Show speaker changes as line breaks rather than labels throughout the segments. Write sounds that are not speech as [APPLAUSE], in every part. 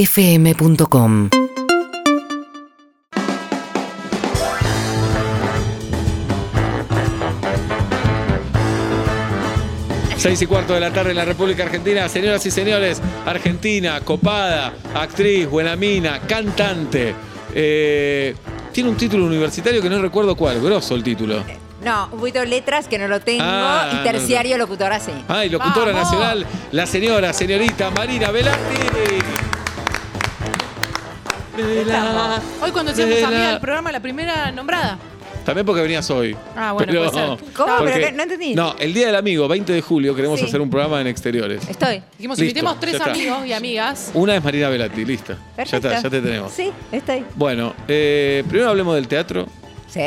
urbanaplayfm.com
Seis y cuarto de la tarde en la República Argentina. Señoras y señores, Argentina, copada, actriz, buena mina, cantante. Eh, tiene un título universitario que no recuerdo cuál, grosso el título.
No, un poquito de letras que no lo tengo
Ah,
y terciario locutora sí.
Ay, locutora
Vamos.
nacional, la señora, señorita Marina Velati. Vela.
Hoy cuando hicimos a mí
Vela.
al programa, la primera nombrada.
También porque venías hoy.
Ah, bueno,
Pero-
puede ser.
¿Cómo?
porque-
Pero que- no entendí.
No, el Día del Amigo, 20 de julio, queremos
Sí.
hacer un programa en exteriores.
Estoy.
Dijimos,
Listo,
invitemos
ya
tres
está.
amigos y amigas.
Una es Marina Velati, lista.
Perfecto.
Ya está, ya te tenemos.
Sí, estoy.
Bueno, eh, primero hablemos del teatro.
Sí,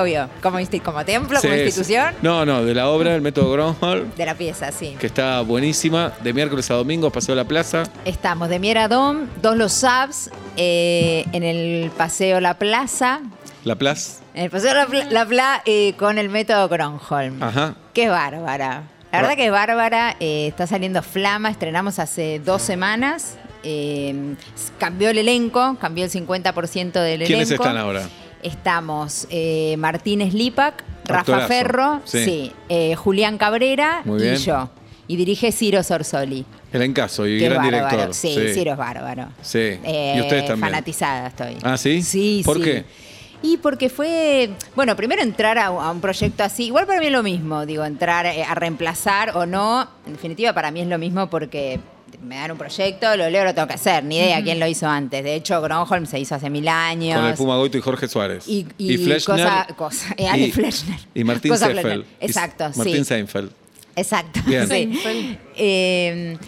obvio. Como, insti- como templo, como
Sí,
institución.
sí. No, no, de la obra, el método Gronhall,
De la pieza, sí.
que está buenísima. De miércoles a domingo, paseo a la plaza.
Estamos de Miera Dom, dos los subs, eh, en el Paseo La Plaza.
La plaza.
En el Paseo La Pla, pues La Pla, eh, con el método Gronholm.
Ajá.
Qué bárbara. La verdad que es bárbara. eh, está saliendo Flama. Estrenamos hace dos semanas. eh, cambió el elenco, cambió el 50% del elenco.
¿Quiénes están ahora?
Estamos eh, Martínez Lipac, Rafa
Actorazo,
Ferro,
sí.
sí, eh, Julián Cabrera
Muy
y
bien.
yo. Y dirige Ciro Sorsoli.
El encaso y
que es
gran
bárbaro.
director.
Sí, Ciro es bárbaro.
Sí.
Eh,
y ustedes también.
Fanatizada estoy.
Ah, ¿sí?
Sí,
¿Por
sí.
qué?
Y porque fue, bueno, primero entrar a, a un proyecto así, igual para mí es lo mismo, digo, entrar eh, a reemplazar o no, en definitiva para mí es lo mismo porque me dan un proyecto, lo leo, lo tengo que hacer, ni idea quién lo hizo antes. De hecho, Gronholm se hizo hace mil años.
Con el Puma Goito y Jorge Suárez.
Y- y
Fleschner.
cosa- cosa- eh, Ale
y-
Fleschner.
Y Martín
Cosa
Seinfeld.
Fleschner. Exacto,
Martín
sí.
Seinfeld.
Exacto.
Bien.
[LAUGHS] Sí. Eh,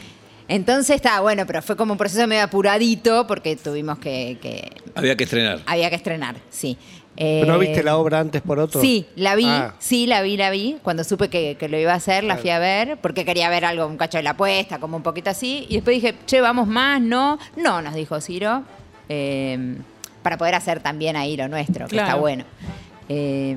entonces está bueno, pero fue como un proceso medio apuradito porque tuvimos que, que-
Había que estrenar.
había que estrenar, sí.
¿Pero ¿No viste
obra?
la obra antes por otro?
Sí, la vi,
Ah,
sí, la vi, la vi. Cuando supe que, que lo iba a hacer, la fui a ver, porque quería ver algo, un cacho de la apuesta, como un poquito así. Y después dije, che, vamos más, no. No, nos dijo Ciro, eh, para poder hacer también ahí lo nuestro, que está
Claro.
bueno. Eh,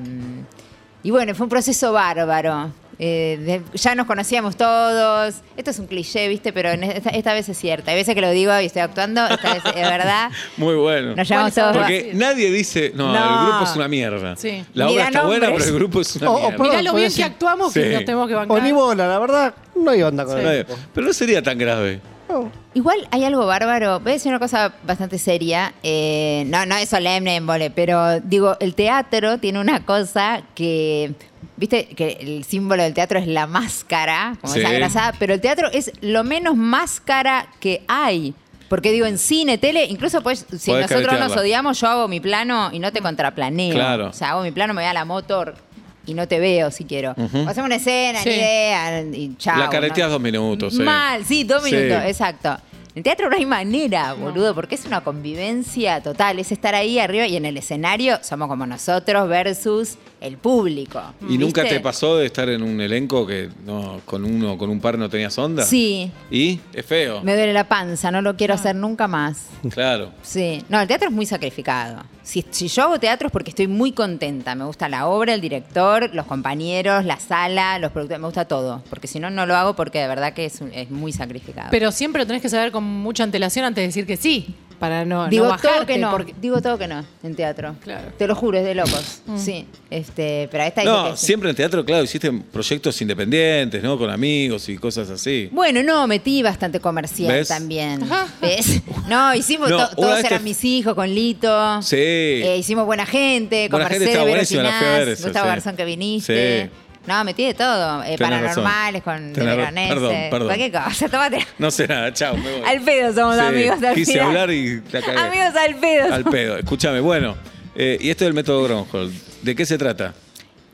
y bueno, fue un proceso bárbaro. Eh, de- ya nos conocíamos todos. Esto es un cliché, ¿viste? Pero en esta, esta vez es cierta. Hay veces que lo digo y estoy actuando, esta vez
[LAUGHS]
es verdad.
Muy bueno.
Nos llamamos
¿Cuál es
todos.
ahora?
ba-
Porque nadie dice, no,
No.
el grupo es una mierda.
Sí.
La
Ni
obra
da
está buena,
nombres.
pero el grupo es una
O- o
mierda.
[LAUGHS]
puedo-
Mirá lo
puedo
bien
decir-
que actuamos
Sí.
que nos tenemos que bancar.
O ni bola, la verdad, no iba a andar con
Sí.
él.
Nadie- Pero no sería tan grave.
No.
Igual hay algo bárbaro. Voy a decir una cosa bastante seria. Eh, no, no es solemne en vole, pero digo, el teatro tiene una cosa que. Viste que el símbolo del teatro es la máscara, como
Sí.
esa grasada, pero el teatro es lo menos máscara que hay. Porque digo, en cine, tele, incluso pues, si
Podés
nosotros nos
caretearla.
odiamos, yo hago mi plano y no te contraplaneo.
Claro.
O sea, hago mi plano, me voy a la motor y no te veo si quiero. Hacemos una escena,
Sí.
ni idea, y chao.
la careteas
¿no?
dos minutos. sí.
Mal, sí, dos
Sí.
minutos, exacto. En teatro no hay manera, boludo, porque es una convivencia total, es estar ahí arriba y en el escenario somos como nosotros versus el público.
¿Y nunca
Mm. ¿viste?
te pasó de estar en un elenco que no, con uno, con un par no tenías onda?
Sí,
¿Y? Es feo.
me duele la panza, no lo quiero hacer nunca más.
Claro.
[LAUGHS] Sí, no, el teatro es muy sacrificado. Si, si yo hago teatro es porque estoy muy contenta, me gusta la obra, el director, los compañeros, la sala, los productores, me gusta todo, porque si no, no lo hago porque de verdad que es, un- es muy sacrificado.
Pero siempre lo tenés que saber con mucha antelación antes de decir que sí. Para no, no
Digo todo
bajarte,
que no.
porque-
Digo todo que no en teatro.
Claro. Mm.
Te lo juro, es de locos. Sí. Este, pero esta dijo
No,
que sí.
siempre en teatro, claro, hiciste proyectos independientes, ¿no? Con amigos y cosas así.
Bueno, no, metí bastante comercial
¿Ves?
también.
[LAUGHS]
¿Ves? No, hicimos,
No,
to-
una
todos
vez
eran
te-
mis hijos con Lito.
Sí.
Eh, hicimos Buena Gente, con
Buena Gente
Marcelo
estaba buenísima, la fui a ver
Verosinás,
esa,
Gustavo
sí.
Garzón que viniste.
Sí.
No, metí de todo. Eh,
Tenés
paranormales,
razón.
con
Tenés ra-
Veroneses.
perdón, perdón.
Cualquier cosa, [LAUGHS] tómate.
No sé nada, chao, me voy.
Al pedo somos
Sí,
amigos al
Quise
final.
hablar y la cagué.
Amigos al pedo.
Al pedo, escúchame. Bueno, eh, y esto del método Gronhold, ¿de qué se trata?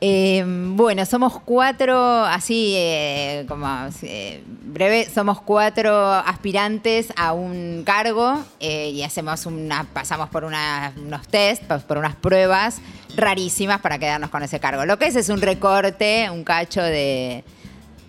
Eh, bueno, somos cuatro, así eh, como eh, breve, somos cuatro aspirantes a un cargo eh, y hacemos una, pasamos por una- unos test, pas- por unas pruebas rarísimas para quedarnos con ese cargo. Lo que es es un recorte, un cacho de,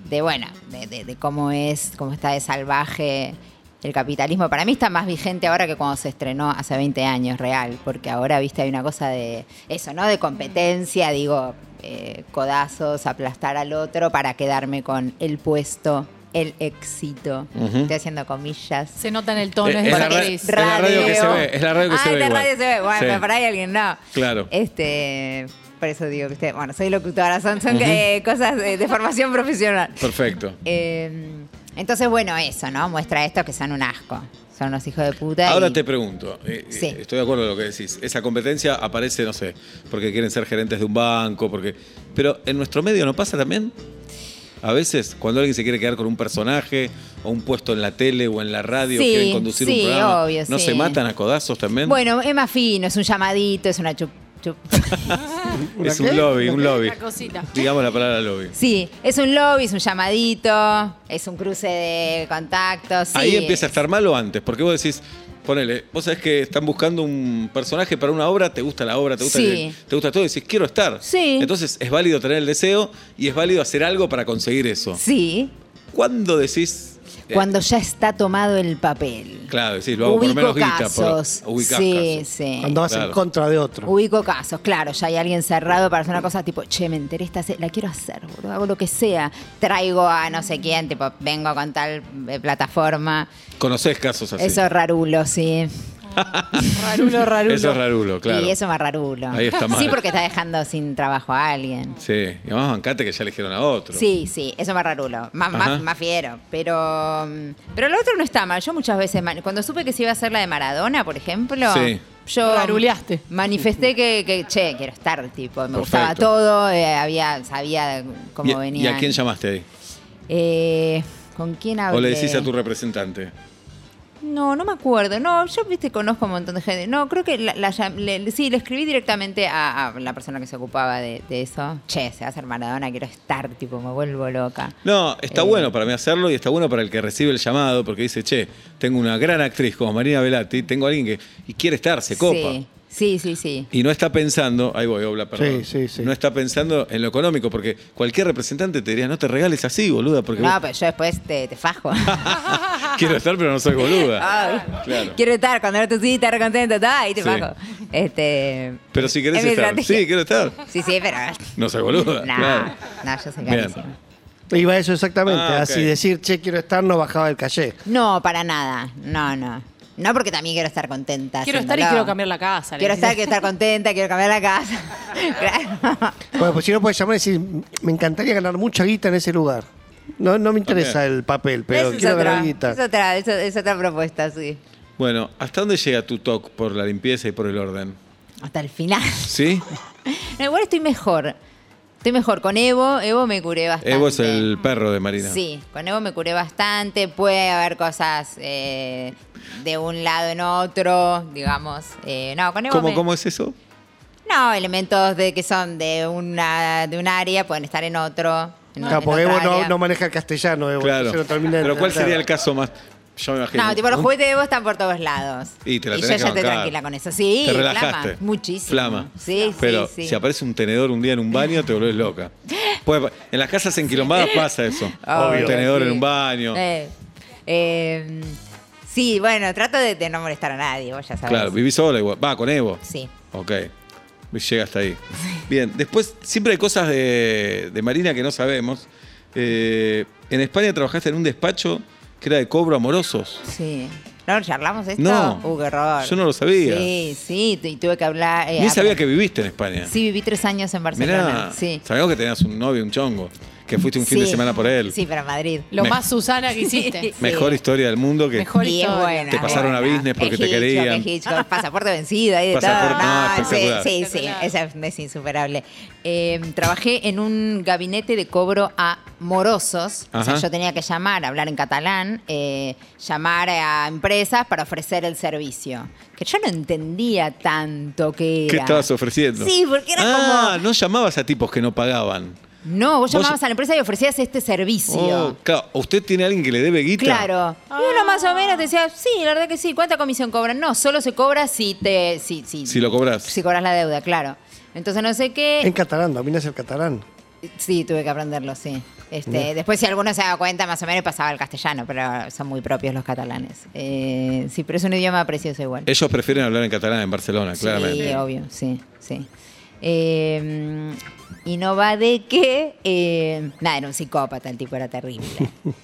de bueno, de, de- de cómo es, cómo está de salvaje el capitalismo. Para mí está más vigente ahora que cuando se estrenó hace 20 años, real, porque ahora, viste, hay una cosa de eso, ¿no? De competencia, digo, eh, codazos, aplastar al otro para quedarme con el puesto el éxito.
Ujú.
Estoy haciendo comillas.
se nota en el tono, es,
Eh,
de
es la
actriz.
ra- Es la radio que se ve, es la radio que
ah,
se ve
es la
igual.
radio se ve. Bueno,
Sí.
pero por ahí alguien no.
Claro.
Este, por eso digo que usted, bueno, soy locutora, son, son, eh, cosas de, de formación profesional.
Perfecto.
Eh, entonces, bueno, eso, ¿no? Muestra esto que son un asco. Son unos hijos de puta.
Ahora
y-
te pregunto, eh,
Sí.
eh, estoy de acuerdo con lo que decís. Esa competencia aparece, no sé, porque quieren ser gerentes de un banco, porque. Pero en nuestro medio no pasa también. A veces, cuando alguien se quiere quedar con un personaje o un puesto en la tele o en la radio,
Sí,
quieren conducir
sí,
un programa,
obvio,
¿no
sí.
se matan a codazos también?
Bueno, es más fino, es un llamadito, es una chup. chup. [LAUGHS]
es un lobby, un lobby.
Una cosita.
Digamos la palabra lobby.
Sí, es un lobby, es un llamadito, es un cruce de contactos. sí.
Ahí empieza a estar mal o antes, porque vos decís, ponele, vos sabés que están buscando un personaje para una obra, te gusta la obra, te gusta,
Sí.
el- te gusta todo, y decís, quiero estar.
Sí.
Entonces es válido tener el deseo y es válido hacer algo para conseguir eso.
Sí,
¿Cuándo decís? eh,
cuando ya está tomado el papel.
Claro, decís, lo hago por
Ubico
menos guita.
casos.
Por, ubicás
sí,
casos.
sí.
Cuando vas
Claro.
en contra de otro.
Ubico casos, claro, ya hay alguien cerrado para hacer una cosa tipo, che, me enteré, esta se- la quiero hacer, boludo, hago lo que sea, traigo a no sé quién, tipo, vengo con tal eh, plataforma.
Conocés casos así.
Eso es rarulo, sí.
Rarulo, rarulo.
Eso es rarulo, claro.
Y eso es más rarulo.
Ahí está mal.
Sí, porque está dejando sin trabajo a alguien.
Sí, y además bancate que ya eligieron a otro.
Sí, sí, eso más rarulo, más,
Ajá.
más, más fiero. Pero, mm, pero lo otro no está mal. Yo muchas veces, man- cuando supe que se iba a hacer la de Maradona, por ejemplo,
Sí.
yo
Raruleaste.
manifesté que, que, che, quiero estar, tipo, me
Perfecto.
gustaba todo, eh, había, sabía
¿Y,
cómo venía.
¿Y a quién llamaste ahí?
Eh, ¿Con quién hablé?
¿O le decís a tu representante?
No, no me acuerdo. No, yo, viste, conozco a un montón de gente. No, creo que la, la llam- le- le- sí, le escribí directamente a, a la persona que se ocupaba de, de eso. Che, se va a hacer Maradona, quiero estar, tipo, me vuelvo loca.
No, está
Eh.
bueno para mí hacerlo y está bueno para el que recibe el llamado porque dice, che, tengo una gran actriz como Marina Velati, tengo a alguien que y quiere estar, se copa.
Sí, sí, sí. sí.
Y no está pensando, ahí voy, Obla, perdón.
Sí, sí, sí.
No está pensando en lo económico, porque cualquier representante te diría, no te regales así, boluda, porque
No,
vos-
pero yo después te, te fajo.
[LAUGHS] quiero estar, pero no soy boluda.
Ay,
Claro.
Quiero estar, cuando no te sí, estar contento, ta, ahí te
Sí.
fajo. Este,
Pero si querés
es mi
estar,
estrategia.
sí, quiero estar.
Sí, sí, pero.
No soy boluda.
No,
claro.
no, yo soy
Bien.
carísima.
Iba eso exactamente.
Ah, ok.
Así decir, che, quiero estar, no bajaba el calle.
No, para nada. No, no. No, porque también quiero estar contenta.
Quiero estar y
haciéndolo.
quiero cambiar la casa. le
Quiero
decís.
estar, quiero estar contenta, quiero cambiar la
[LAUGHS]
casa. Claro.
Bueno, pues si no puedes llamar y decir, me encantaría ganar mucha guita en ese lugar. No, no me interesa
También.
el papel, pero
Esa es
quiero
otra,
ganar guita.
es otra, es- es otra propuesta, sí.
Bueno, ¿hasta dónde llega tu toque por la limpieza y por el orden?
Hasta el final.
¿Sí?
No, igual estoy mejor. Estoy mejor con Evo. Evo me curé bastante.
Evo es Eh, el perro de Marina.
Sí, con Evo me curé bastante. Puede haber cosas eh, de un lado en otro, digamos. Eh, no, con Evo.
¿Cómo,
me-
¿Cómo es eso?
No, elementos de que son de una de un área pueden estar en otro. en o-
Claro,
en
porque
otra
Evo no,
área.
no maneja el castellano, Evo.
Claro.
entonces no termina de
Pero ¿cuál
entender.
sería el caso más? Yo me imagino.
No, tipo, los juguetes de vos están por todos lados.
Y te la
yo
tenés que
ya estoy
bancar.
tranquila con eso. Sí,
Te
flama,
relajaste.
Muchísimo.
Flama.
Sí,
Pero
sí, sí.
si aparece un tenedor un día en un baño, te volvés loca. Puede pa- en las casas enquilombadas pasa eso.
Obvio,
Un tenedor
sí.
en un baño.
Eh, eh, sí, bueno, trato de, de no molestar a nadie, vos ya sabés.
claro, vivís sola igual. Va, con Evo.
Sí.
Ok. Llega hasta ahí. Bien, después siempre hay cosas de, de Marina que no sabemos. Eh, en España trabajaste en un despacho que era de cobro amorosos.
Sí. ¿No charlamos esto?
No.
Uh, qué horror.
Yo no lo sabía.
Sí, sí, tu- y tuve que hablar. eh,
Ni sabía
aprend-
que viviste en España.
Sí, viví tres años en Barcelona.
Mirá,
sí.
sabemos que tenías un novio, un chongo, que fuiste un fin de
Sí.
semana por él.
Sí, pero en Madrid.
Lo
Me-
más Susana que hiciste.
Mejor
Sí.
historia del mundo que
Mejor
Y es
historia.
buena,
Te pasaron a
buena.
business porque
Es
te
Hitchcock,
querían.
es Hitchcock, pasaporte vencido, ahí de
Pasaporte-
todo.
no,
No,
espectacular.
sí, sí, sí,
Espectacular.
esa es insuperable. Eh, trabajé en un gabinete de cobro a morosos. O sea,
Ajá.
yo tenía que llamar, hablar en catalán, eh, llamar a empresas para ofrecer el servicio. Que yo no entendía tanto que
¿Qué
era.
estabas ofreciendo?
Sí, porque era
ah,
como-
no llamabas a tipos que no pagaban.
No, vos
Vos-
llamabas a la empresa y ofrecías este servicio.
Oh, claro, ¿usted tiene a alguien que le debe guita?
Claro. Y uno más o menos decía, sí, la verdad que sí, ¿cuánta comisión cobran? No, solo se cobra si te. Si, si,
Si lo cobras.
si cobras la deuda, claro. Entonces no sé
En
qué.
catalán, dominas el catalán.
Sí, tuve que aprenderlo, sí. Este, después si alguno se daba cuenta, más o menos pasaba al castellano, pero son muy propios los catalanes. Eh, sí, pero es un idioma precioso igual.
Ellos prefieren hablar en catalán en Barcelona, claramente.
Sí, obvio, sí, sí. Eh, y no va de que. eh, nada, era un psicópata, el tipo era terrible.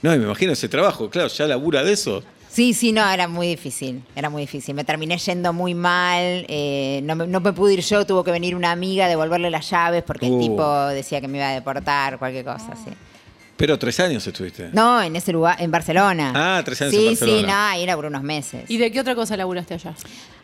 No, y me imagino ese trabajo, claro, ya labura de eso.
Sí, sí, no, era muy difícil, era muy difícil. Me terminé yendo muy mal, eh, no, me, no me pude ir yo, tuvo que venir una amiga a devolverle las llaves porque
Uh.
el tipo decía que me iba a deportar, cualquier cosa, sí.
Pero tres años estuviste.
No, en ese lugar, en Barcelona.
Ah, tres años
sí,
en Barcelona.
Sí, no, ahí laburé unos meses.
¿Y de qué otra cosa laburaste allá?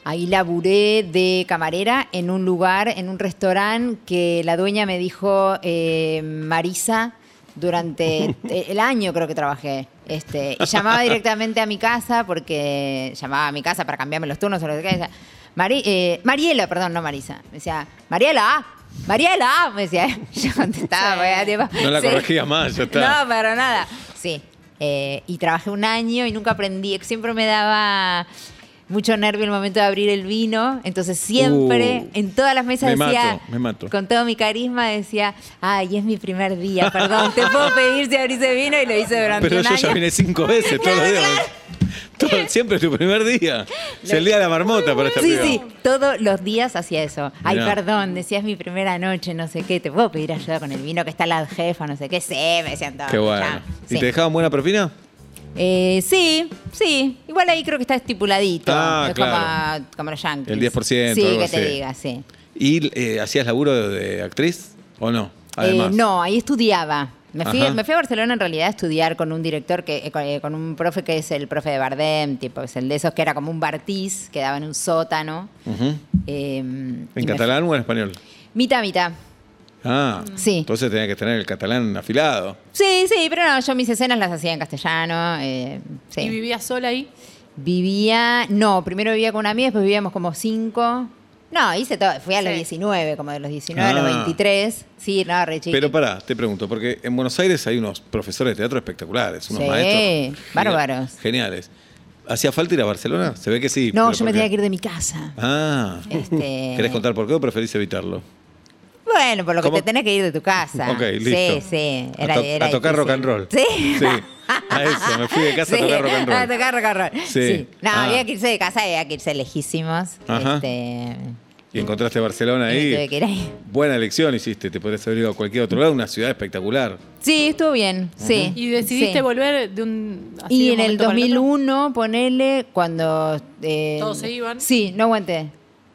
Ahí laburé de camarera en un lugar, en un restaurante que la dueña me dijo, eh, Marisa, durante el año creo que trabajé. Este, y llamaba directamente a mi casa porque llamaba a mi casa para cambiarme los turnos o lo que sea. y decía, "Mari- eh, Mariela, perdón, no Marisa. Me decía, Mariela, Mariela, me decía. [LAUGHS] Yo contestaba, porque era tipo,
No la
sí.
corregías más, ya está.
No, para nada. Sí. Eh, y trabajé un año y nunca aprendí. Siempre me daba mucho nervio el momento de abrir el vino. Entonces siempre,
Uh,
en todas las mesas
me
decía,
mato, me mato.
con todo mi carisma decía, ay, es mi primer día, perdón, te puedo pedir si abrís el vino y lo hice durante
Pero
un
yo
año.
ya vine cinco veces todos los días. Todo- siempre es tu primer
[LAUGHS]
día. Es el día de la marmota para esta
Sí,
piba.
sí, todos los días hacía eso. Ay,
Mirá.
perdón, decía es mi primera noche, no sé qué, te puedo pedir ayuda con el vino que está la jefa, no sé qué, sí, me decían todos.
Qué bueno.
ya,
¿Y
sí.
te dejaban buena propina?
Eh, sí, sí. Igual ahí creo que está estipuladito.
Ah,
No es
claro.
como, como los yankees.
El 10%,
Sí,
algo
que te
así.
diga, sí.
¿Y eh, hacías laburo de, de actriz o no? Además.
Eh, no, ahí estudiaba. Me fui,
Ajá.
me fui a Barcelona en realidad a estudiar con un director, que eh, con, eh, con un profe que es el profe de Bardem, tipo, es el de esos que era como un Bartiz, que daba en un sótano.
Ujú.
Eh, ¿En
¿En catalán o en español?
Mitad, mitad.
Ah,
Sí.
Entonces tenías que tener el catalán afilado.
Sí, sí, pero no, yo mis escenas las hacía en castellano. eh, sí.
¿Y vivías sola ahí?
Vivía, no, primero vivía con una amiga, después vivíamos como cinco. No, hice todo, fui a los
Sí.
19, como de los 19 a
Ah.
los 23. Sí, no, re chiqui.
Pero pará, te pregunto, porque en Buenos Aires hay unos profesores de teatro espectaculares, unos
Sí,
maestros. genial-
bárbaros.
Geniales. ¿¿Hacía falta ir a Barcelona? Se ve que sí.
no,
pero
yo me
¿por
tenía
qué?
que ir de
[LAUGHS]
mi casa.
Ah.
Este-
¿Querés contar por qué o preferís evitarlo?
Bueno, por lo
¿Cómo?
que te tenés que ir de tu casa.
Ok, listo.
Sí, sí.
a,
Era,
to-
era
a tocar
difícil.
rock and roll.
Sí.
Sí. A eso, me fui de casa
[LAUGHS] Sí,
a tocar rock and roll.
A tocar rock and roll.
Sí.
Sí. No,
Ah.
había que irse de casa, había que irse lejísimos.
Ajá.
Este,
Y encontraste Barcelona
y me
ahí.
tuve que ir ahí.
Buena elección hiciste, te podrías haber ido a cualquier otro lado, una ciudad espectacular.
Sí, estuvo bien. Sí.
¿Y decidiste
Sí.
volver de un... así
Y
de
en el
un momento para otro?
2001, ponele, cuando... eh,
Todos se iban.
Sí, no aguanté.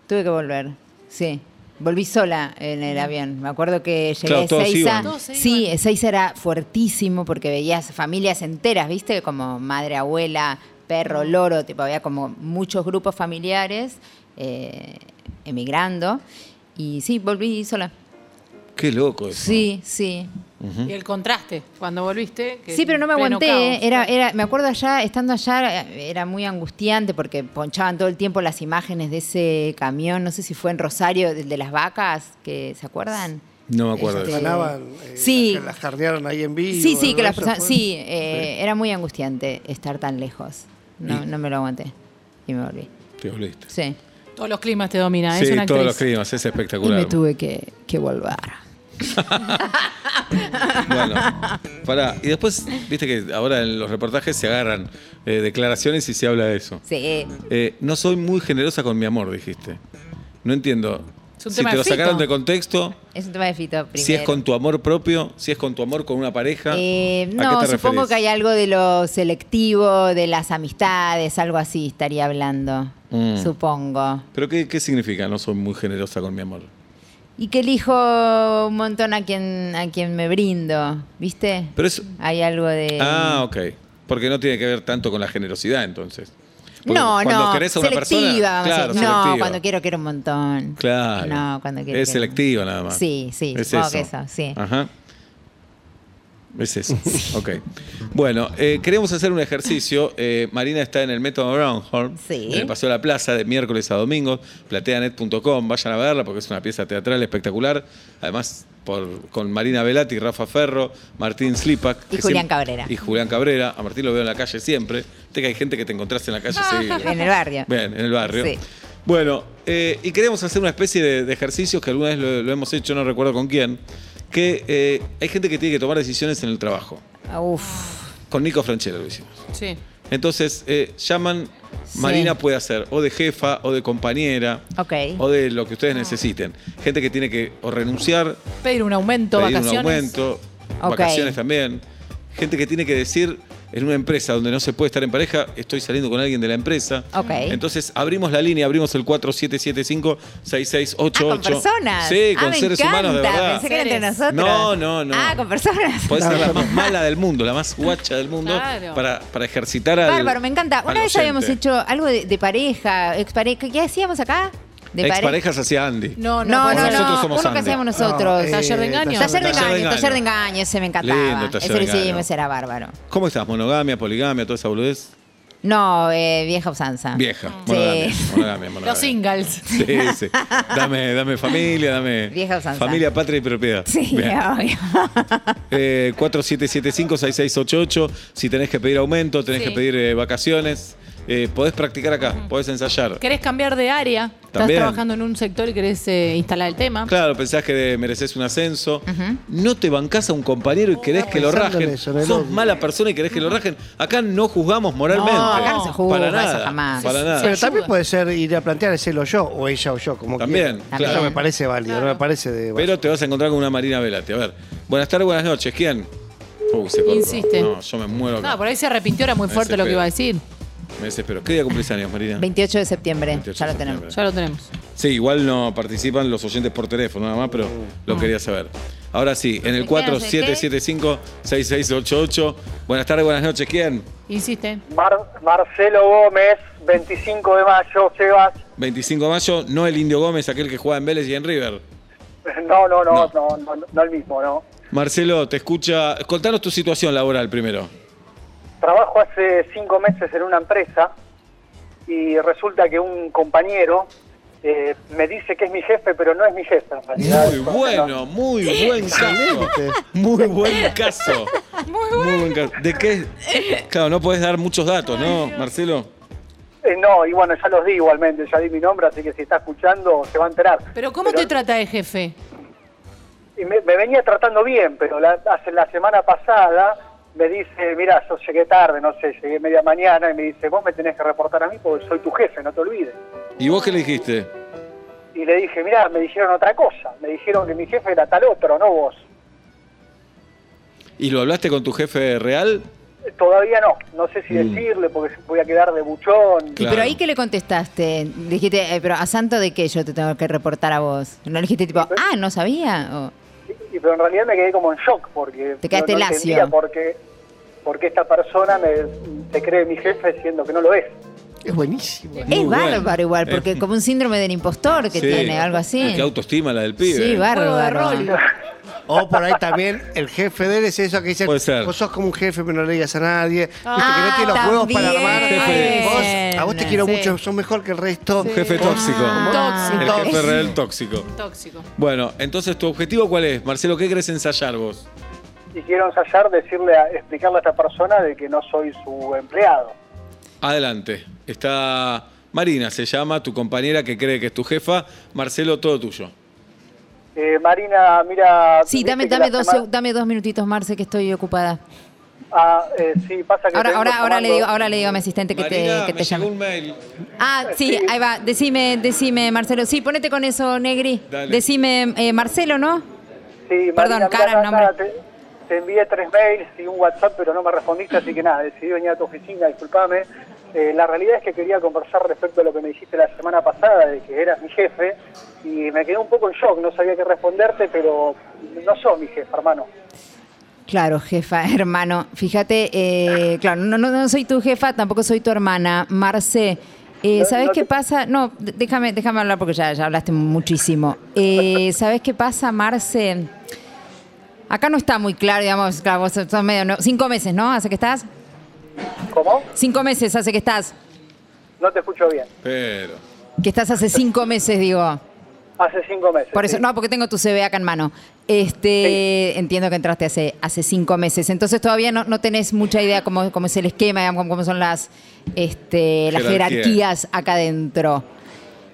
Tuve que volver. Sí. Volví sola en el avión. Me acuerdo que llegué
Claro, todos
a Ezeiza.
iban.
Todos se
sí,
iban.
Ezeiza era fuertísimo porque veías familias enteras, ¿viste? Como madre, abuela, perro, loro. Tipo, había como muchos grupos familiares eh, emigrando. Y sí, volví sola.
Qué loco eso.
Sí, sí.
Y el contraste, cuando volviste. que
Sí, pero no me
pleno
aguanté. ¿eh?
caos.
era, era, me acuerdo allá, estando allá, eh, era muy angustiante porque ponchaban todo el tiempo las imágenes de ese camión. No sé si fue en Rosario, del de las vacas, que ¿se acuerdan?
No me acuerdo de
Este,
eso.
Ganaban, eh,
Sí.
las- las jardearon ahí en vivo.
Sí, sí, que las
eso
personas.
fue.
Sí, eh, era muy angustiante estar tan lejos. No, no me lo aguanté. Y me volví.
Te volviste.
Sí.
Todos los climas te dominan.
Sí,
es una
todos
actriz.
los climas, es
[LAUGHS] Y
espectacular.
me tuve que, que volver. [LAUGHS]
Bueno, pará. Y después, viste que ahora en los reportajes se agarran eh, declaraciones y se habla de eso.
Sí.
Eh, no soy muy generosa con mi amor, dijiste. No entiendo.
Es un
si
tema
te
de
lo
Fito.
sacaron de contexto,
Es un tema de fito primero.
si es con tu amor propio, si es con tu amor con una pareja.
Eh,
¿a
no,
qué te
supongo
referís?
que hay algo de lo selectivo, de las amistades, algo así estaría hablando,
Mm.
supongo.
¿Pero qué, qué significa no soy muy generosa con mi amor?
Y que elijo un montón a quien, a quien me brindo, ¿viste?
Pero es.
hay algo de...
Ah, ok. Porque no tiene que ver tanto con la generosidad, entonces. Porque
no,
cuando
no,
querés a una
selectiva,
persona.
vamos a
Claro,
decir. No,
selectiva.
cuando quiero, quiero un montón.
Claro.
No, cuando quiero.
Es
quiero un
selectivo nada más.
Sí, sí,
Es
supongo que eso, sí.
Ajá. Es
[LAUGHS]
eso. ok. Bueno, eh, queremos hacer un ejercicio. Eh, Marina está en el método Brownhorn.
Sí.
En el Paseo de la Plaza, de miércoles a domingo. Plateanet.com. Vayan a verla porque es una pieza teatral espectacular. Además, por, con Marina Velati, Rafa Ferro, Martín Slipak.
Y
que
Julián
siem-
Cabrera.
Y Julián Cabrera. A Martín lo veo en la calle siempre. Viste que hay gente que te encontrás en la calle seguido.
montón. [LAUGHS] En el barrio.
Bien, en el barrio.
Sí.
Bueno, eh, y queremos hacer una especie de, de ejercicios que alguna vez lo, lo hemos hecho, no recuerdo con quién, que eh, hay gente que tiene que tomar decisiones en el trabajo.
Uf.
Con Nico Franchella lo hicimos.
Sí.
Entonces, eh, llaman
Sí.
Marina puede hacer o de jefa o de compañera
Ok.
o de lo que ustedes
Ah.
necesiten. Gente que tiene que o renunciar,
Pedir un aumento,
pedir
vacaciones.
un aumento,
Ok.
vacaciones también. Gente que tiene que decir en una empresa donde no se puede estar en pareja, estoy saliendo con alguien de la empresa.
Ok.
Entonces abrimos la línea, abrimos el 4775-6688.
Ah, con personas.
Sí,
Ah,
con
me
seres
encanta.
humanos de verdad.
Pensé que era entre
Seres.
nosotros.
No, no, no.
Ah, con personas.
Podés ser la
Claro.
más mala del mundo, la más guacha del mundo
Claro.
para, para ejercitar al
Bárbaro, me encanta.
al
Una vez
oyente.
habíamos hecho algo de, de pareja, expareja. ¿Qué hacíamos acá? De
Exparejas
pareja.
hacia Andy.
No,
No, no,
no, no.
nosotros
no.
somos
Uno que
Andy.
hacíamos nosotros.
eh,
Taller de
Taller
engaño.
de
Taller de
engaño,
engaño.
taller de engaño, ese me encantaba.
Lindo taller
ese
de
lo
engaño.
hicimos, era bárbaro.
¿Cómo estás? ¿Monogamia, poligamia, toda esa boludez?
No, eh, vieja usanza.
Vieja. Monogamia,
Sí.
monogamia, monogamia.
Los singles.
Sí, sí. Dame, dame familia, dame.
Vieja usanza.
Familia, patria y propiedad.
[LAUGHS] Sí,
Bien. [LAUGHS]
obvio.
Eh, 4775-6688. Si tenés que pedir aumento, tenés
Sí.
que pedir eh, vacaciones. eh, podés practicar acá, podés ensayar.
¿Querés cambiar de área? Estás
También.
trabajando en un sector y querés eh, instalar el tema.
Claro, pensás que mereces un ascenso. No te bancás a un compañero y querés que lo
Pensando en
rajen.
eso, en el
Sos
odio.
mala persona y querés que lo rajen. Acá no juzgamos moralmente.
No, acá no se
juzga,
Para
eso
nada.
jamás.
Para nada.
Pero también
ayuda.
puede ser ir a plantear el celo yo o ella o yo, como
También,
quiera.
claro.
Eso me parece válido, no me parece
[LAUGHS]
de.
Pero te vas a encontrar con una Marina Velati. A ver. Buenas tardes, buenas noches. ¿Quién? Uy, se cortó.
Insiste.
No, yo me muero acá.
No, por ahí se arrepintió, era muy fuerte lo que iba a decir.
Me desespero. ¿Qué día cumplís años, Marina?
28 de septiembre,
28
ya
de
lo tenemos.
septiembre.
Ya lo tenemos.
Sí, igual no participan los oyentes por teléfono nada más, pero lo quería saber. Ahora sí, en el
¿De qué? ¿De
4775-6688. Buenas tardes, buenas noches. ¿Quién?
Insiste.
Mar- Marcelo Gómez, 25 de mayo, Sebas. [LAUGHS]
25 de mayo, no el Indio Gómez, aquel que juega en Vélez y en River.
No, no, no,
No.
no, no, no, no el mismo, no.
Marcelo, te escucha. Contanos tu situación laboral primero.
Trabajo hace cinco meses en una empresa y resulta que un compañero eh, me dice que es mi jefe, pero no es mi jefe en realidad.
Muy bueno, muy buen caso.
Este,
Muy buen caso. Muy buen caso. ¿De qué? Claro, no podés dar muchos datos, ¿no, Marcelo?
Eh, no, y bueno, ya los di igualmente, ya di mi nombre, así que si está escuchando se va a enterar.
Pero ¿cómo te trata de jefe?
Y me, me venía tratando bien, pero la, hace la semana pasada me dice, mira, yo llegué tarde, no sé, llegué media mañana, y me dice, vos me tenés que reportar a mí porque soy tu jefe, no te olvides.
¿Y vos qué le dijiste?
Y le dije, mirá, me dijeron otra cosa, me dijeron que mi jefe era tal otro, no vos.
¿Y lo hablaste con tu jefe real?
Eh, Todavía no, no sé si decirle porque se voy a quedar de buchón.
Claro.
Y pero ahí que le contestaste, dijiste, eh, pero a santo de qué yo te tengo que reportar a vos. No le dijiste tipo, ah, no sabía. O-
Y, y- pero en realidad me quedé como en shock porque
Te quedaste
no, no
lacio.
entendía por qué- por qué esta persona me, se cree mi jefe siendo que no lo es.
Es buenísimo.
Muy
es
bueno.
bárbaro igual, porque
Es-
como un síndrome del impostor que
Sí.
tiene, algo
Y
así.
Qué autoestima la del pibe.
Sí,
Juego de rol.
bárbaro.
O por ahí también el jefe de él es eso que dice,
Puede ser.
vos sos como un jefe, pero no le digas a nadie. Viste que
Ah,
no tiene los huevos para armar.
también.
Vos- a vos te quiero
Sí.
mucho, sos mejor que el resto.
Jefe
Ah,
tóxico.
Tóxico.
El jefe real tóxico.
Tóxico.
Bueno, entonces tu objetivo cuál es, Marcelo, ¿qué querés ensayar vos?
Y quiero ensayar decirle, a- explicarle a esta persona de que no soy su empleado.
Adelante. Está Marina, se llama, tu compañera que cree que es tu jefa. Marcelo, todo tuyo.
Eh, Marina, mira...
Sí,
viste
dame,
que
dame,
la
dos,
semana-
seg- dame dos minutitos, Marce, que estoy ocupada.
Ah, eh, sí, pasa que...
Ahora,
te vengo
ahora, ahora, le
llamando.
digo, ahora le digo a mi asistente que
Marina,
te, que
me
te
llegó
llame.
un mail.
Ah, sí, ahí va. Decime, decime, Marcelo. Sí, ponete con eso, Negri.
Dale.
Decime, eh, Marcelo, ¿no?
Sí,
Perdón,
Marina, mirá,
cara,
nada,
nombre.
Te, te envié tres mails y un WhatsApp, pero no me respondiste, así que nada, decidí venir a tu oficina, disculpame. Eh, la realidad es que quería conversar respecto a lo que me dijiste la semana pasada, de que eras mi jefe, y me quedé un poco en shock, no sabía qué responderte, pero no sos mi jefe, hermano.
Claro, jefa, [LAUGHS] hermano. Fíjate, eh, claro, no, no, no soy tu jefa, tampoco soy tu hermana, Marce. eh,
No,
¿Sabes
no
qué
te-
pasa? No, d- déjame, déjame hablar porque ya, ya hablaste muchísimo.
[LAUGHS]
Eh, ¿Sabes qué pasa, Marce? Acá no está muy claro, digamos, claro, vos sos medio. no- cinco meses, ¿no? ¿Hace que estás?
¿Cómo?
Cinco meses hace que estás.
No te escucho bien.
Pero.
Que estás hace cinco meses, digo.
Hace cinco meses.
Por eso,
sí.
no, porque tengo tu CV acá en mano. Este, entiendo que entraste hace, hace cinco meses. Entonces todavía no, no tenés mucha idea cómo, cómo es el esquema, digamos, cómo, cómo son las, este, las
Jerarquía.
jerarquías acá adentro.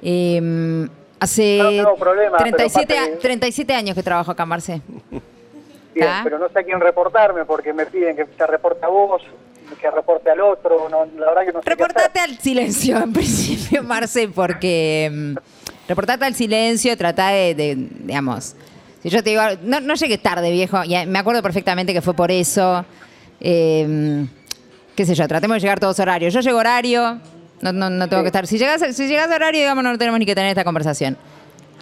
Eh, hace
No tengo problema, pero
37,
pasa
a-
que-
37 años que trabajo acá, Marce.
Bien,
¿Ah?
pero no sé a quién reportarme porque me piden que te reporte a vos.
que reporte al otro, no, la verdad que no sé. qué
Reportate al silencio en principio, [LAUGHS] Marce, porque mm, reportate al silencio, trata de, de- digamos, si yo te digo, algo- no, no llegues tarde, viejo, y a- me acuerdo perfectamente que fue por eso, eh, qué sé yo, tratemos de llegar todos horarios. Yo llego horario, no, no, no tengo que estar. Si llegas, si llegas a horario, digamos, no tenemos ni que tener esta conversación.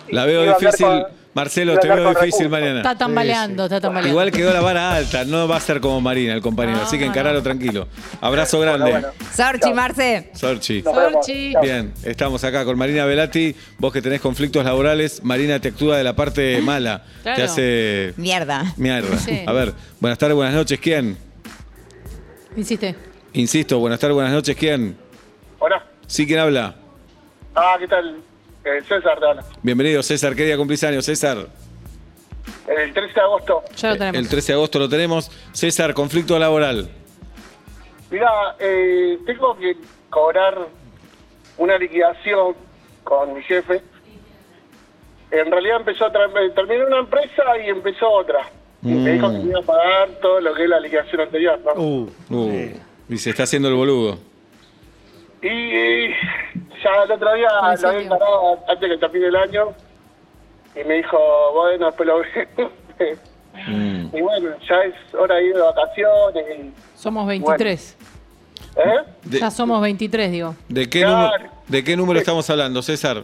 hacer.
La
Y iba
veo
a hablar
difícil,
con-
Marcelo,
iba a
te
hablar
veo
con
difícil
recursos.
mañana.
Está tambaleando, está tambaleando.
Igual quedó la vara alta, no va a ser como Marina, el compañero, así
Ah.
que
No,
encaralo
no.
tranquilo. Abrazo grande.
Bueno, bueno.
Sorchi,
Chao.
Marce.
Sorchi.
Nos vemos.
Sorchi.
Chao.
Bien, estamos acá con Marina Velati. Vos que tenés conflictos laborales, Marina te actúa de la parte mala.
Claro.
Te hace
Mierda.
mierda.
Sí.
A ver, buenas tardes, buenas noches, ¿quién?
Insiste.
Insisto, buenas tardes, buenas noches, ¿quién?
Hola.
Sí, ¿quién habla?
Ah, ¿qué tal? Eh, César te habla.
Bienvenido, César. ¿Qué día cumplís años, César?
Eh, El 13 de agosto.
Ya lo tenemos.
Eh, El 13 de agosto lo tenemos. César, conflicto laboral.
Mirá, eh, tengo que cobrar una liquidación con mi jefe. En realidad empezó a tra- eh, terminé una empresa y empezó otra. Y me dijo que me iba a pagar todo lo que es la liquidación anterior, ¿no?
Uh,
Uh, y se está haciendo el boludo.
Y eh, ya el otro día
Con
lo había
incentivo.
encarado antes que termine el año. Y me dijo, bueno, después lo [LAUGHS] veo.
Mm.
y bueno, ya es hora de ir de vacaciones. y-
Somos 23.
¿Eh?
De,
Ya somos 23, digo.
de qué
Claro.
número, ¿De qué número estamos hablando, César?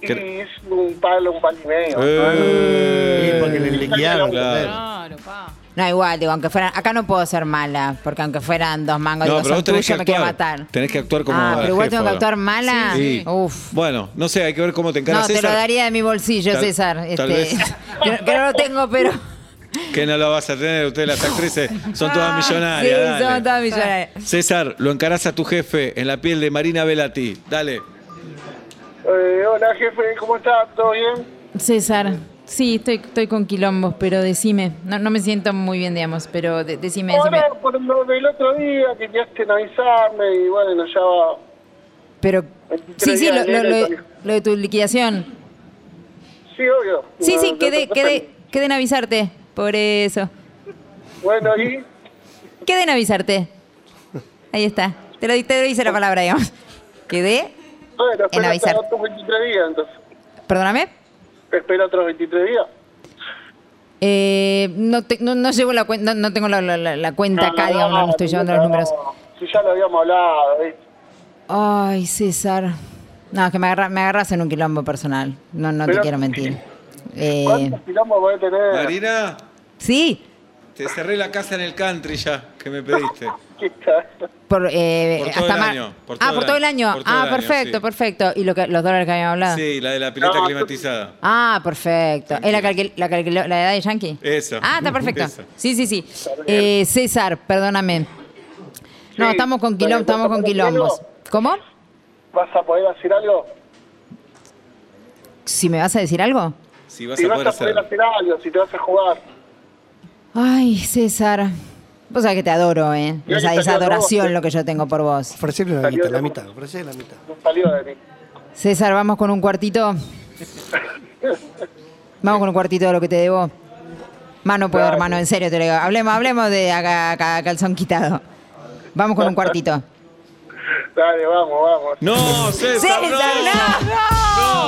Y
Que-
es un palo, un palo y medio.
¡Eh!
sí, porque le liquidaron.
Claro.
Claro, pa.
No, igual, digo, aunque fueran. Acá no puedo ser mala, porque aunque fueran dos mangos,
No,
digo,
pero
son
vos tenés que
tuyos, me quiero
actuar.
matar.
Tenés que actuar como.
ah, pero igual tengo que
jefa.
actuar mala.
Sí.
Uf.
Bueno, no sé, hay que ver cómo te encara
no,
César.
te lo daría de mi bolsillo,
Tal-
César.
tal
este,
vez.
[LAUGHS] que, que no lo tengo, pero.
Que no lo vas a tener, ustedes las actrices son todas millonarias.
Ah, [LAUGHS] Sí,
dale.
son todas millonarias.
César, lo encarás a tu jefe en la piel de Marina Velati. Dale.
Eh, hola jefe, ¿cómo está? ¿Todo bien?
César, sí, estoy, estoy con quilombos, pero decime. No, no me siento muy bien, digamos, pero de- decime, decime.
Hola, por lo del otro día que quedaste en avisarme y bueno, ya va.
Pero. Sí, sí, lo, lo- lo- lo de tu liquidación.
Sí, obvio.
Sí,
No,
sí,
no
quedé,
te
quedé,
preocupes.
quedé en avisarte. Por eso.
Bueno, y
Quedé en avisarte. Ahí está. Te lo, di- te lo hice la palabra, digamos. Quedé.
bueno, espera
avisar.
hasta otros 23 días entonces.
Perdóname.
Espera otros 23 días.
Eh, no, te- no, no llevo la cuenta, no, no tengo la, la- la- la cuenta acá, digamos, no, no estoy llevando los números. Eh.
Si ya lo habíamos hablado, ¿viste?
Ay, César. No, es que me, agarra- me agarras en un quilombo personal. No, no te
Pero-
quiero mentir. Eh,
¿Cuántos quilombos voy a tener?
Marina,
sí,
te cerré la casa en el country ya, que me pediste.
¿Qué tal?
por, eh,
Por todo
hasta
el
mar-
año, por
ah, por todo el año.
por todo
ah,
el año,
perfecto,
sí.
perfecto. Y lo que, los dólares que habíamos hablado.
Sí, la de la pileta
No,
climatizada.
Ah, perfecto. ¿Es la, calquil- la, calquiló- la edad de Yankee?
Esa.
Ah, está perfecto.
Esa.
Sí, sí, sí. Eh, César, perdóname. No,
Sí,
estamos con
pero
quilombos, estamos con
¿puedo
quilombos.
hacer
¿Cómo?
¿Vas a poder hacer algo?
¿Si me vas a decir algo?
Si vas
Si
a
vas
poder
a poder
hacerlo.
hacer algo, si te vas a jugar.
Ay, César. Vos sabés que te adoro, ¿eh?
Yo
Esa,
te
esa
adoro,
adoración
sí.
lo que yo tengo por vos.
Ofrecele la mitad, la mitad, ofrecele la mitad.
No salió de mí.
César, vamos con un
[LAUGHS]
cuartito. Vamos con un cuartito de lo que te debo. Más no puedo,
Dale.
hermano, en serio te lo digo. Hablemos, hablemos de acá, acá, calzón quitado. Vamos con un cuartito.
Dale, vamos, vamos.
No, [LAUGHS] César,
César,
no.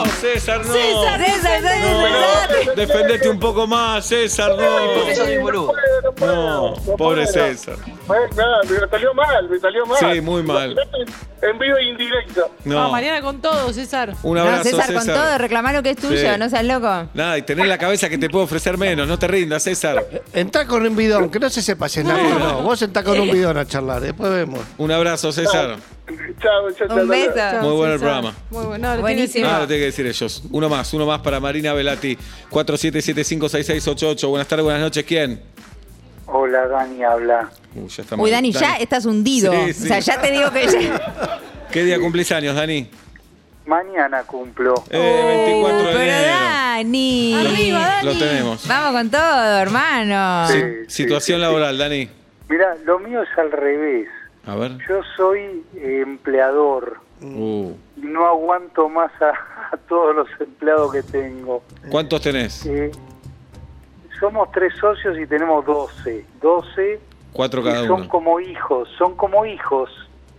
No, César, no.
César, César, César.
No, defendete un poco más, César, no.
soy boludo. No,
No, pobre César.
Bueno, nada, me salió mal, me salió mal.
Sí, muy mal.
En vivo e indirecto.
Ah,
No.
Mariana con todo, César.
Un
No,
abrazo,
César,
César.
con todo, reclamar lo que es tuyo,
Sí.
no seas loco.
Nada, y tenés la cabeza que te puedo ofrecer menos, no te rindas, César.
Entrá con un bidón, que no se sepa si es nafta o no. Vos entrá con un bidón a charlar, después vemos.
Un abrazo, César.
Chao, chao, chao.
Un beso.
Chao,
Muy bueno el
César.
programa.
Muy bueno. No, lo
Ah,
Buenísimo.
tiene
lo
encima.
tienen que decir ellos. Uno más, uno más para Marina Velati. 47756688. Buenas tardes, buenas noches. ¿Quién?
Hola, Dani habla.
Uy, ya está
Uy,
mal.
Dani, ya estás hundido.
Sí, sí.
O sea, ya te digo
[LAUGHS]
que ya.
¿Qué día cumplís años, Dani?
Mañana cumplo.
Eh, 24 de
Oh, Pero
enero.
Dani.
Arriba, Dani.
Lo tenemos.
Vamos con todo, hermano.
Si-
Sí,
situación
sí, sí.
laboral, Dani.
Mira, lo mío es al revés.
A ver.
Yo soy eh, empleador.
Uh.
No aguanto más a, [LAUGHS] a todos los empleados que tengo.
¿Cuántos tenés?
Eh, somos tres socios y tenemos 12. 12
Cuatro cada
Y
uno.
son como hijos, son como hijos.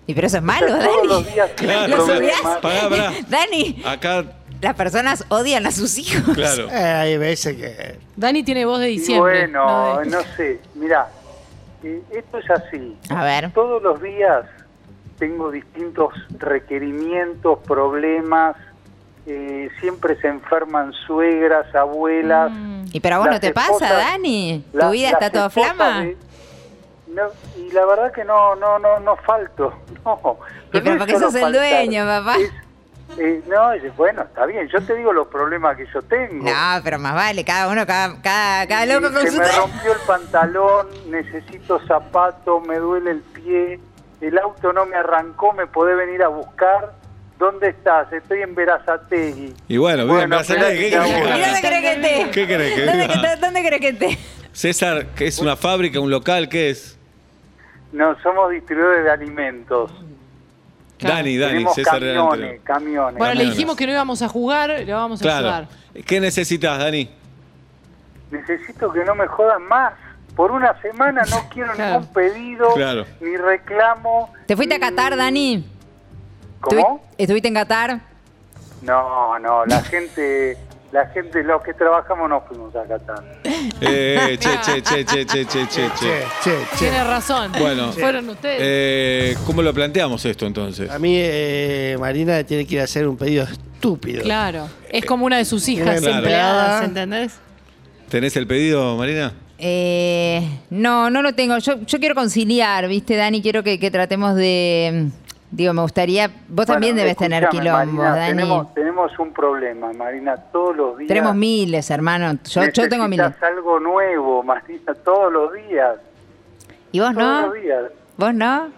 Y pero eso es malo,
O sea, todos los
Dani.
días tienen
Claro.
Los odias.
problemas.
Pará, pará.
Dani,
Acá,
las personas odian a sus hijos.
claro.
Eh, hay veces que.
Dani tiene voz de
Y
diciembre. no
bueno,
de-
no sé, mirá, eh, esto es así.
A ver.
Todos los días tengo distintos requerimientos, problemas, eh, siempre se enferman suegras, abuelas.
Mm.
¿Y pero a vos
Las
no te
esposas-
pasa, Dani? ¿Tu
la-
vida
las
está toda
esposas
flama?
de- no, y la verdad que no, no, no, no falto. [LAUGHS] No.
pero
no es
porque
solo
sos el
faltar,
dueño, papá.
es- eh, no, es- bueno, está bien. Yo te digo los problemas que yo tengo.
No, pero más vale, cada uno, cada, cada, cada loco con
Se
su...
me rompió el pantalón, necesito zapato, me duele el pie, el auto no me arrancó, me podés venir a buscar. ¿Dónde estás? Estoy en Verazategui.
Y bueno, bien, Verazategui, ¿qué
[LAUGHS]
querés que
pero-
¿Y
haga?
dónde crees que esté?
¿Qué crees que
¿Dónde,
diga?
que- dónde crees que esté?
César, ¿qué es una fábrica, un local? ¿Qué es?
No, somos distribuidores de alimentos.
Claro.
Dani, Dani,
Tenemos
César era el
camiones,
anterior.
camiones.
Bueno, le
Camiones.
dijimos que no íbamos a jugar, lo vamos a
Claro.
ayudar.
¿Qué necesitas, Dani?
Necesito que no me jodan más. Por una semana
[LAUGHS]
no quiero
Claro.
ningún pedido,
Claro.
ni reclamo.
¿Te fuiste a
ni-
Qatar, Dani?
¿Cómo?
Estuvi- ¿Estuviste en Qatar?
No, no, la [LAUGHS] gente, la gente, los que trabajamos no fuimos a Qatar.
[LAUGHS]
Eh, che, che, che, che, che, che, che,
Che,
che.
che, che.
Tiene razón.
Bueno.
Fueron ustedes.
Eh, ¿Cómo lo planteamos esto entonces?
A mí, eh, Marina tiene que ir a hacer un pedido estúpido.
Claro. Es como una de sus hijas
eh, Claro.
empleadas, ¿entendés?
¿Tenés el pedido, Marina?
Eh, no, no lo tengo. Yo, yo quiero conciliar, ¿viste, Dani? Quiero que, que tratemos de... mm, Digo, me gustaría... Vos también
Bueno,
debes tener
escúchame,
quilombos,
Marina,
Dani. Tenemos,
Tenemos, tenemos un problema, Marina, todos los días.
miles, hermano. Yo, yo tengo miles.
necesitas algo nuevo, Marina, todos los días.
¿Y vos
todos
no?
los días.
¿Vos no?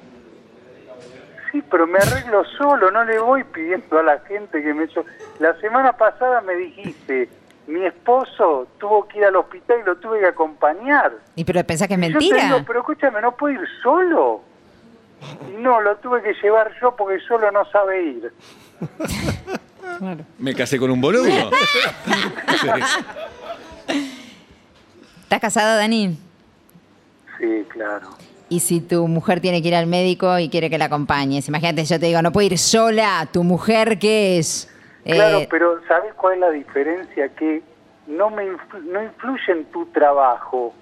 Sí, pero me arreglo solo, no le voy pidiendo a la gente que me... so- La semana pasada me dijiste, mi esposo tuvo que ir al hospital y lo tuve que acompañar.
¿Y pero pensás que es
Yo te digo,
mentira?
pero escúchame, ¿no puedo ir solo? Y No, lo tuve que llevar yo porque solo no sabe ir.
Me casé con un
[LAUGHS]
boludo.
¿Estás casado, Dani?
Sí, claro.
Y si tu mujer tiene que ir al médico y quiere que la acompañes. Imagínate, yo te digo, no puede ir sola. ¿Tu mujer qué es?
Claro,
Eh,
pero ¿sabes cuál es la diferencia? Que no, me influ- no influye en tu trabajo.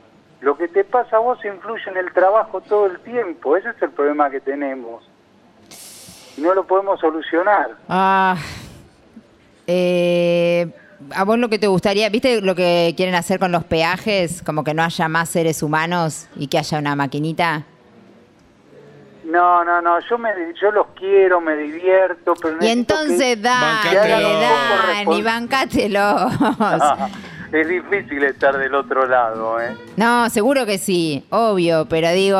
Lo que te pasa a vos influye en el trabajo todo el tiempo. Ese es el problema que tenemos. Y no lo podemos solucionar.
Ah, eh, a vos lo que te gustaría, ¿viste lo que quieren hacer con los peajes? Como que no haya más seres humanos y que haya una maquinita.
No, no, no. Yo, me, yo los quiero, me divierto. Pero
Y
necesito que-
entonces, dale,
Bancátelo.
Dani, bancátelos.
Ah. [LAUGHS] es difícil estar del otro lado, ¿eh?
No, seguro que sí, obvio, pero digo,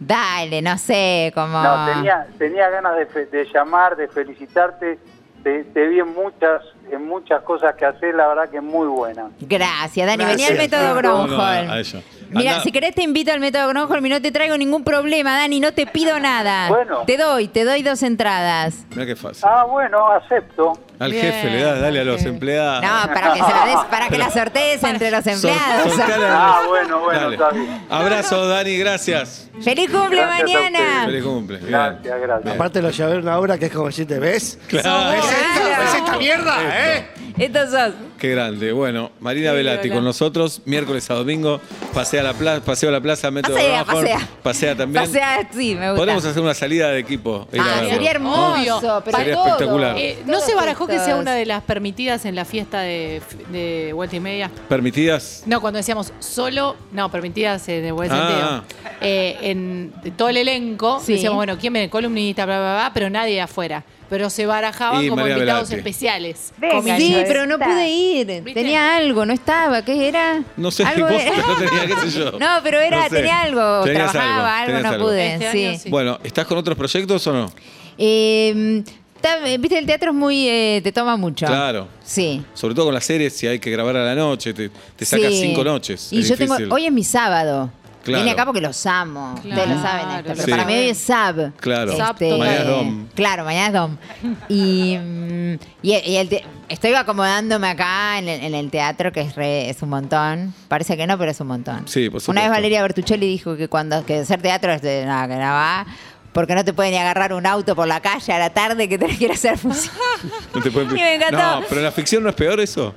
dale, no sé, como...
No, tenía, tenía ganas de, fe- de llamar, de felicitarte. Te, te vi en muchas, en muchas cosas que haces, la verdad que muy buena.
Gracias, Dani. Vení
Gracias.
al método
No, no,
Gronholm.
a ella.
Mira,
Andá.
si querés te invito al método Gronholm y no te traigo ningún problema, Dani. No te pido nada.
Bueno.
Te doy, te doy dos entradas.
Mira qué fácil.
Ah, bueno, acepto.
Al
Bien,
jefe le das, dale a los
jefe.
empleados.
No, para que se la des, para que la sortees entre los empleados.
Ah, bueno, bueno, está bien.
Abrazo, Dani, gracias.
¡Feliz cumple
Gracias a
mañana!
Feliz cumple. Bien.
Gracias, gracias.
Aparte lo llevé a ver una obra que es como decirte, ¿ves?
Claro.
¿Es esta,
Claro.
¿Es esta mierda, eh?
Estos sos.
Qué grande. Bueno, Marina
Sí,
Velati
hola.
con nosotros, miércoles a domingo, pasea a la plaza, paseo a la plaza, método
Pasea,
Gronholm,
pasea.
pasea también.
Pasea, sí, me gusta.
Podemos hacer una salida de equipo. ir a
Ah,
verlo.
sería hermoso,
Obvio.
pero
Sería
todo.
espectacular.
Eh, ¿No se
Todos
barajó que sea
estos.
una de las permitidas en la fiesta de, de vuelta y media?
¿Permitidas?
No, cuando decíamos solo, no, permitidas eh, de buen
Ah.
sentido. Eh, en de todo el elenco
Sí.
decíamos, bueno, ¿quién viene? Columnista, bla, bla, bla, pero nadie afuera. Pero se barajaban
Y
como
María
invitados
Velati.
especiales.
Venga,
Comillas.
Sí,
Ahí
pero no
está.
pude ir.
¿Viste?
Tenía algo, no estaba. ¿Qué era?
[LAUGHS] No sé,
Algo
vos,
de- [LAUGHS]
pero tenía, qué sé yo.
No, pero era,
No sé.
tenía algo.
Tenías
trabajaba, algo,
tenías
no pude.
Este
sí.
año sí.
Bueno, ¿estás con otros proyectos o no?
Eh, ta- eh, Viste, el teatro es muy. eh, te toma mucho.
Claro.
Sí.
Sobre todo con las series, si hay que grabar a la noche, te, te sacas
Sí.
cinco noches.
Y
es
yo
difícil.
tengo. Hoy es mi sábado.
Claro.
Vine acá porque los amo. Ustedes lo saben esto. Pero
Sí.
para mí hoy es Sab.
Claro.
Sab total.
Mañana es Dom.
Claro, mañana es Dom. Y, mm, y- y el te- estoy acomodándome acá en el, en el teatro, que es, re- es un montón. Parece que no, pero es un montón.
Sí, por
Una
supuesto.
vez Valeria Bertuccelli dijo que cuando que hacer teatro es de nada, que no va. Porque no te pueden ni agarrar un auto por la calle a la tarde que te quiero hacer [LAUGHS] función.
No te
[LAUGHS]
pueden-
Y me encantó.
No, pero en la ficción no es peor eso.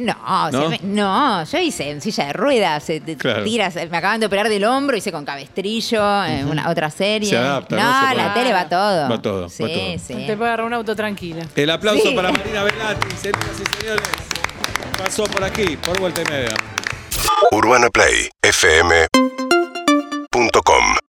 No, se
¿No?
me- no, yo hice en silla de ruedas, se te
Claro.
tiras, eh, me acaban de operar del hombro, hice con cabestrillo, en una otra serie.
Se adapta,
no,
¿no? Se
la
puede.
tele va todo.
Va todo, va
Sí,
todo.
sí.
Te puede agarrar un auto tranquila.
El aplauso
Sí.
para Marina Velati, señoras y señores. Pasó por aquí, por vuelta y media.
UrbanaPlayFM.com